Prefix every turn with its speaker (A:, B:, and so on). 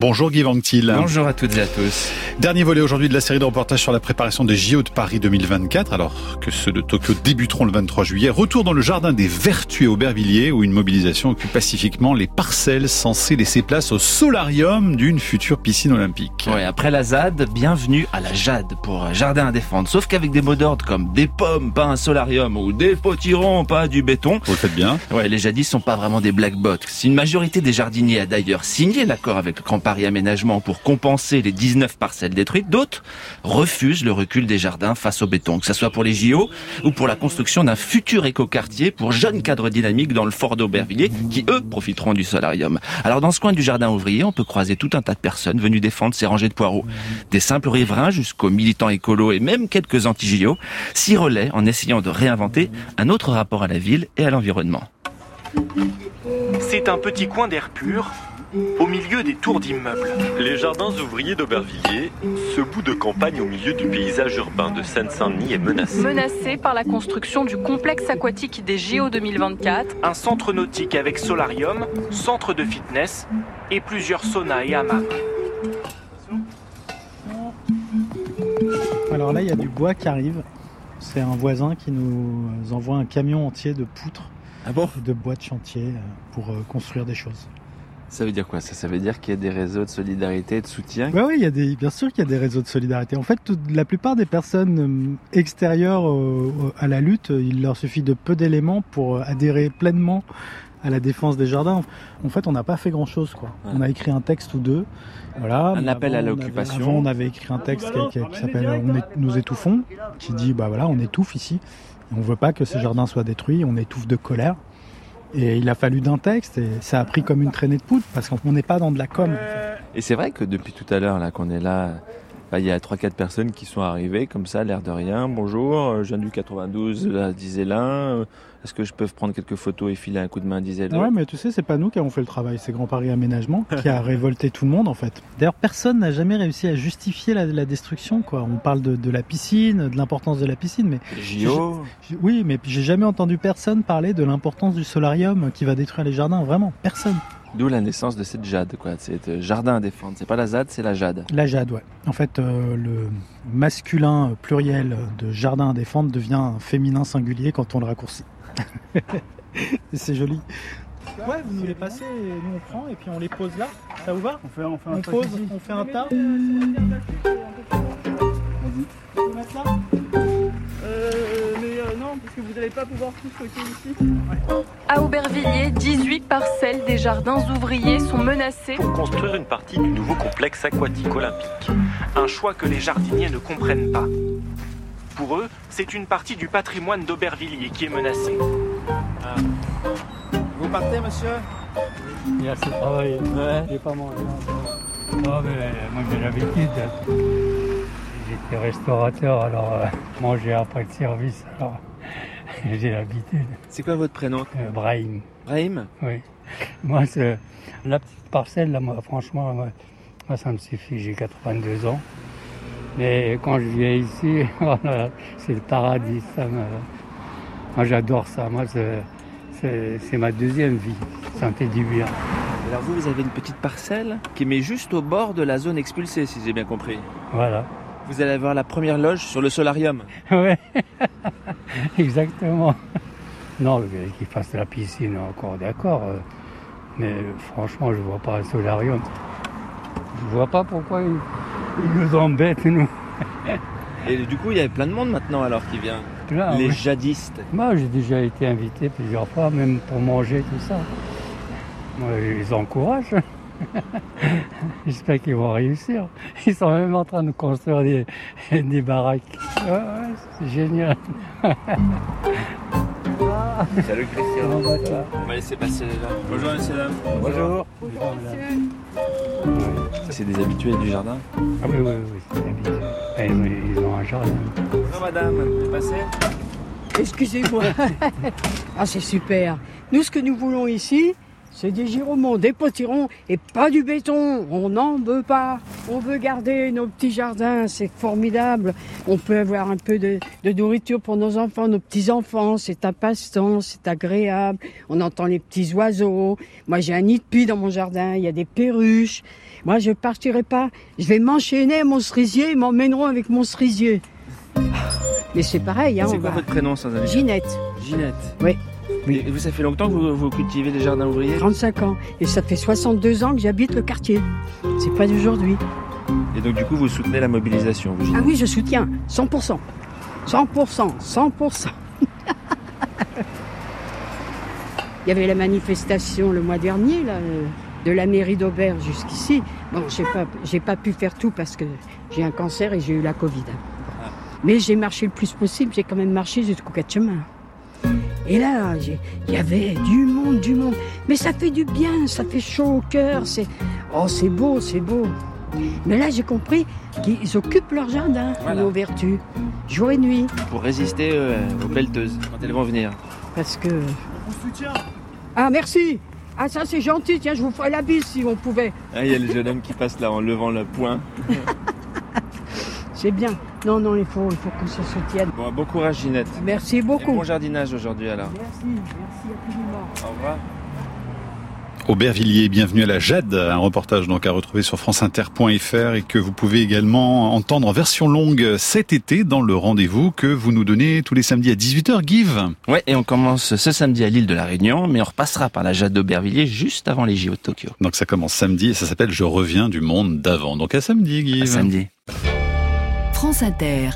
A: Bonjour Guy Vanctil.
B: Bonjour à toutes et à tous.
A: Dernier volet aujourd'hui de la série de reportages sur la préparation des JO de Paris 2024, alors que ceux de Tokyo débuteront le 23 juillet. Retour dans le jardin des Vertus et Aubervilliers, où une mobilisation occupe pacifiquement les parcelles censées laisser place au solarium d'une future piscine olympique.
B: Ouais, après la ZAD, bienvenue à la JAD pour Jardin à défendre. Sauf qu'avec des mots d'ordre comme des pommes, pas un solarium, ou des potirons, pas du béton.
A: Vous le faites bien.
B: Ouais, les jadistes sont pas vraiment des black box. Si une majorité des jardiniers a d'ailleurs signé l'accord avec le Grand Paris Aménagement pour compenser les 19 parcelles détruites, d'autres refusent le recul des jardins face au béton, que ce soit pour les JO ou pour la construction d'un futur écoquartier pour jeunes cadres dynamiques dans le fort d'Aubervilliers qui, eux, profiteront du solarium. Alors dans ce coin du jardin ouvrier, on peut croiser tout un tas de personnes venues défendre ces rangées de poireaux. Des simples riverains jusqu'aux militants écolos et même quelques anti-JO s'y relaient en essayant de réinventer un autre rapport à la ville et à l'environnement.
C: C'est un petit coin d'air pur au milieu des tours d'immeubles.
D: Les jardins ouvriers d'Aubervilliers, ce bout de campagne au milieu du paysage urbain de Seine-Saint-Denis est menacé.
E: Menacé par la construction du complexe aquatique des JO 2024,
C: Un centre nautique avec solarium, centre de fitness et plusieurs saunas et hammams.
F: Alors là, il y a du bois qui arrive. C'est un voisin qui nous envoie un camion entier de poutres,
B: Ah bon
F: et de bois de chantier euh, pour euh, construire des choses.
B: Ça veut dire quoi Ça, ça veut dire qu'il y a des réseaux de solidarité et de soutien
F: Ouais, ouais, Bah il y a des, bien sûr qu'il y a des réseaux de solidarité. En fait, toute- la plupart des personnes euh, extérieures euh, euh, à la lutte, il leur suffit de peu d'éléments pour euh, adhérer pleinement à la défense des jardins. En fait, on n'a pas fait grand-chose, quoi.
B: Ouais.
F: On a écrit un texte ou deux. Voilà.
B: Un
F: Mais
B: appel
F: avant,
B: à
F: on avait-
B: l'occupation.
F: Avant, on avait écrit un texte qui, qui- qui s'appelle euh, On est- nous étouffons, qui dit bah voilà, on étouffe ici. On veut pas que ce jardin soit détruit. On étouffe de colère. Et il a fallu d'un texte et ça a pris comme une traînée de poudre parce qu'on n'est pas dans de la com. en fait.
G: Et c'est vrai que depuis tout à l'heure, là, qu'on est là, bah, il y a trois, quatre personnes qui sont arrivées, comme ça, l'air de rien. Bonjour, euh, je viens du 92, là, disait l'un. Euh, Est-ce que je peux prendre quelques photos et filer un coup de main, disait l'autre
F: Ah Ouais, mais tu sais, c'est pas nous qui avons fait le travail, c'est Grand Paris Aménagement qui a révolté tout le monde en fait. D'ailleurs, personne n'a jamais réussi à justifier la, la destruction, quoi. On parle de, de la piscine, de l'importance de la piscine, mais
G: JO
F: j'ai- oui, mais puis j'ai jamais entendu personne parler de l'importance du solarium qui va détruire les jardins, vraiment, personne.
G: D'où la naissance de cette jade, quoi. C'est euh, jardin à défendre. C'est pas la ZAD, c'est la jade.
F: La jade, ouais. En fait, euh, le masculin pluriel de jardin à défendre devient un féminin singulier quand on le raccourcit. Et c'est joli. Ouais, vous nous les passez, nous on prend et puis on les pose là. Ça vous va
H: On fait, on fait un
F: On
H: truc
F: pose,
H: ici.
F: on fait un tas.
I: Euh, mais euh, non, parce que vous n'allez pas pouvoir tout stocker ici.
E: à Aubervilliers, 18 parcelles des jardins ouvriers sont menacées.
D: Pour construire une partie du nouveau complexe aquatique olympique.
C: Un choix que les jardiniers ne comprennent pas. Pour eux, c'est une partie du patrimoine d'Aubervilliers qui est menacée.
H: Vous partez, monsieur Il a ses travail. Ouais. Il est pas mort. Non, mais Ah, ben, moi j'ai l'habitude. J'étais restaurateur, alors euh, manger après le service, alors j'ai l'habitude.
G: C'est quoi votre prénom
H: Euh, Brahim,
G: Brahim
H: oui. Moi, c'est- la petite parcelle, là, moi, franchement, moi, moi, ça me suffit, j'ai 82 ans. Mais quand je viens ici, oh là là, c'est le paradis. Ça me- Moi, j'adore ça. Moi, c'est- c'est c'est ma deuxième vie. Ça me fait du bien.
B: Alors vous, vous avez une petite parcelle qui met juste au bord de la zone expulsée, si j'ai bien compris.
H: Voilà.
B: Vous allez avoir la première loge sur le solarium.
H: Ouais, exactement. Non, mais qu'il fasse la piscine, encore d'accord. euh, Mais franchement, je vois pas un solarium. Je vois pas pourquoi ils, ils nous embêtent, nous.
G: Et du coup, il y avait plein de monde maintenant, alors, qui vient.
H: Là,
G: les
H: oui.
G: jadistes.
H: Moi, j'ai déjà été invité plusieurs fois, même pour manger, tout ça. Moi, je les encourage. J'espère qu'ils vont réussir. Ils sont même en train de construire des, des baraques. Ouais, ouais, c'est génial.
G: Salut, Christian.
H: Comment vas-tu
G: On va laisser passer les dames. Bonjour, messieurs, dames.
H: Bonjour.
I: Bonjour monsieur.
G: C'est des habitués du jardin.
H: Ah oui, oui, oui, c'est habitué. Ah, Ils ont, ils ont un jardin.
G: Bonjour, madame. Passez.
J: Excusez-moi. ah, c'est super. Nous, ce que nous voulons ici, c'est des giromons, des potirons et pas du béton. On n'en veut pas.
H: On veut garder nos petits jardins, c'est formidable. On peut avoir un peu de, de nourriture pour nos enfants, nos petits-enfants. C'est un passe-temps, c'est agréable. On entend les petits oiseaux. Moi, j'ai un nid de pie dans mon jardin. Il y a des perruches. Moi, je partirai pas. Je vais m'enchaîner à mon cerisier. Ils m'emmèneront avec mon cerisier. Mais c'est pareil. Hein,
G: C'est
H: on
G: quoi
H: va-
G: votre prénom, sans indiscrétion
H: Ginette,
G: Ginette.
H: Oui.
G: Mais vous, ça fait longtemps que vous, vous cultivez des jardins ouvriers
H: 35 ans. Et ça fait 62 ans que j'habite le quartier. C'est pas d'aujourd'hui.
G: Et donc, du coup, vous soutenez la mobilisation, vous,
H: Ah
G: Ginette
H: oui, je soutiens, 100%. 100%, 100%. Il y avait la manifestation le mois dernier, là, euh, de la mairie d'Aubert jusqu'ici. Bon, j'ai pas, j'ai pas pu faire tout parce que j'ai un cancer et j'ai eu la Covid. Mais j'ai marché le plus possible, j'ai quand même marché jusqu'au quatre chemins. Et là, j'ai- il y avait du monde, du monde. Mais ça fait du bien, ça fait chaud au cœur. C'est, oh, c'est beau, c'est beau. Mais là, j'ai compris qu'ils occupent leur jardin,
G: Voilà.
H: nos vertus, jour et nuit.
G: Pour résister euh, aux pelleteuses quand elles vont venir.
H: Parce que. Ah, merci Ah, ça, c'est gentil, tiens, je vous ferai la bise si on pouvait.
G: Ah, il y a les jeunes hommes qui passent là en levant le poing.
H: C'est bien. Non, non, il faut, il faut qu'on se soutienne.
G: Bon, bon courage, Ginette.
H: Merci beaucoup.
G: Et bon jardinage aujourd'hui, alors.
H: Merci, merci absolument.
G: Au revoir.
A: Aubervilliers, bienvenue à la Jade, un reportage donc à retrouver sur franceinter.fr et que vous pouvez également entendre en version longue cet été dans le rendez-vous que vous nous donnez tous les samedis à 18h, Give.
B: Ouais, et on commence ce samedi à l'île de la Réunion, mais on repassera par la Jade d'Aubervilliers juste avant les JO de Tokyo.
A: Donc ça commence samedi et ça s'appelle Je reviens du monde d'avant. Donc à samedi,
B: À
A: Give.
B: samedi.
K: France Inter.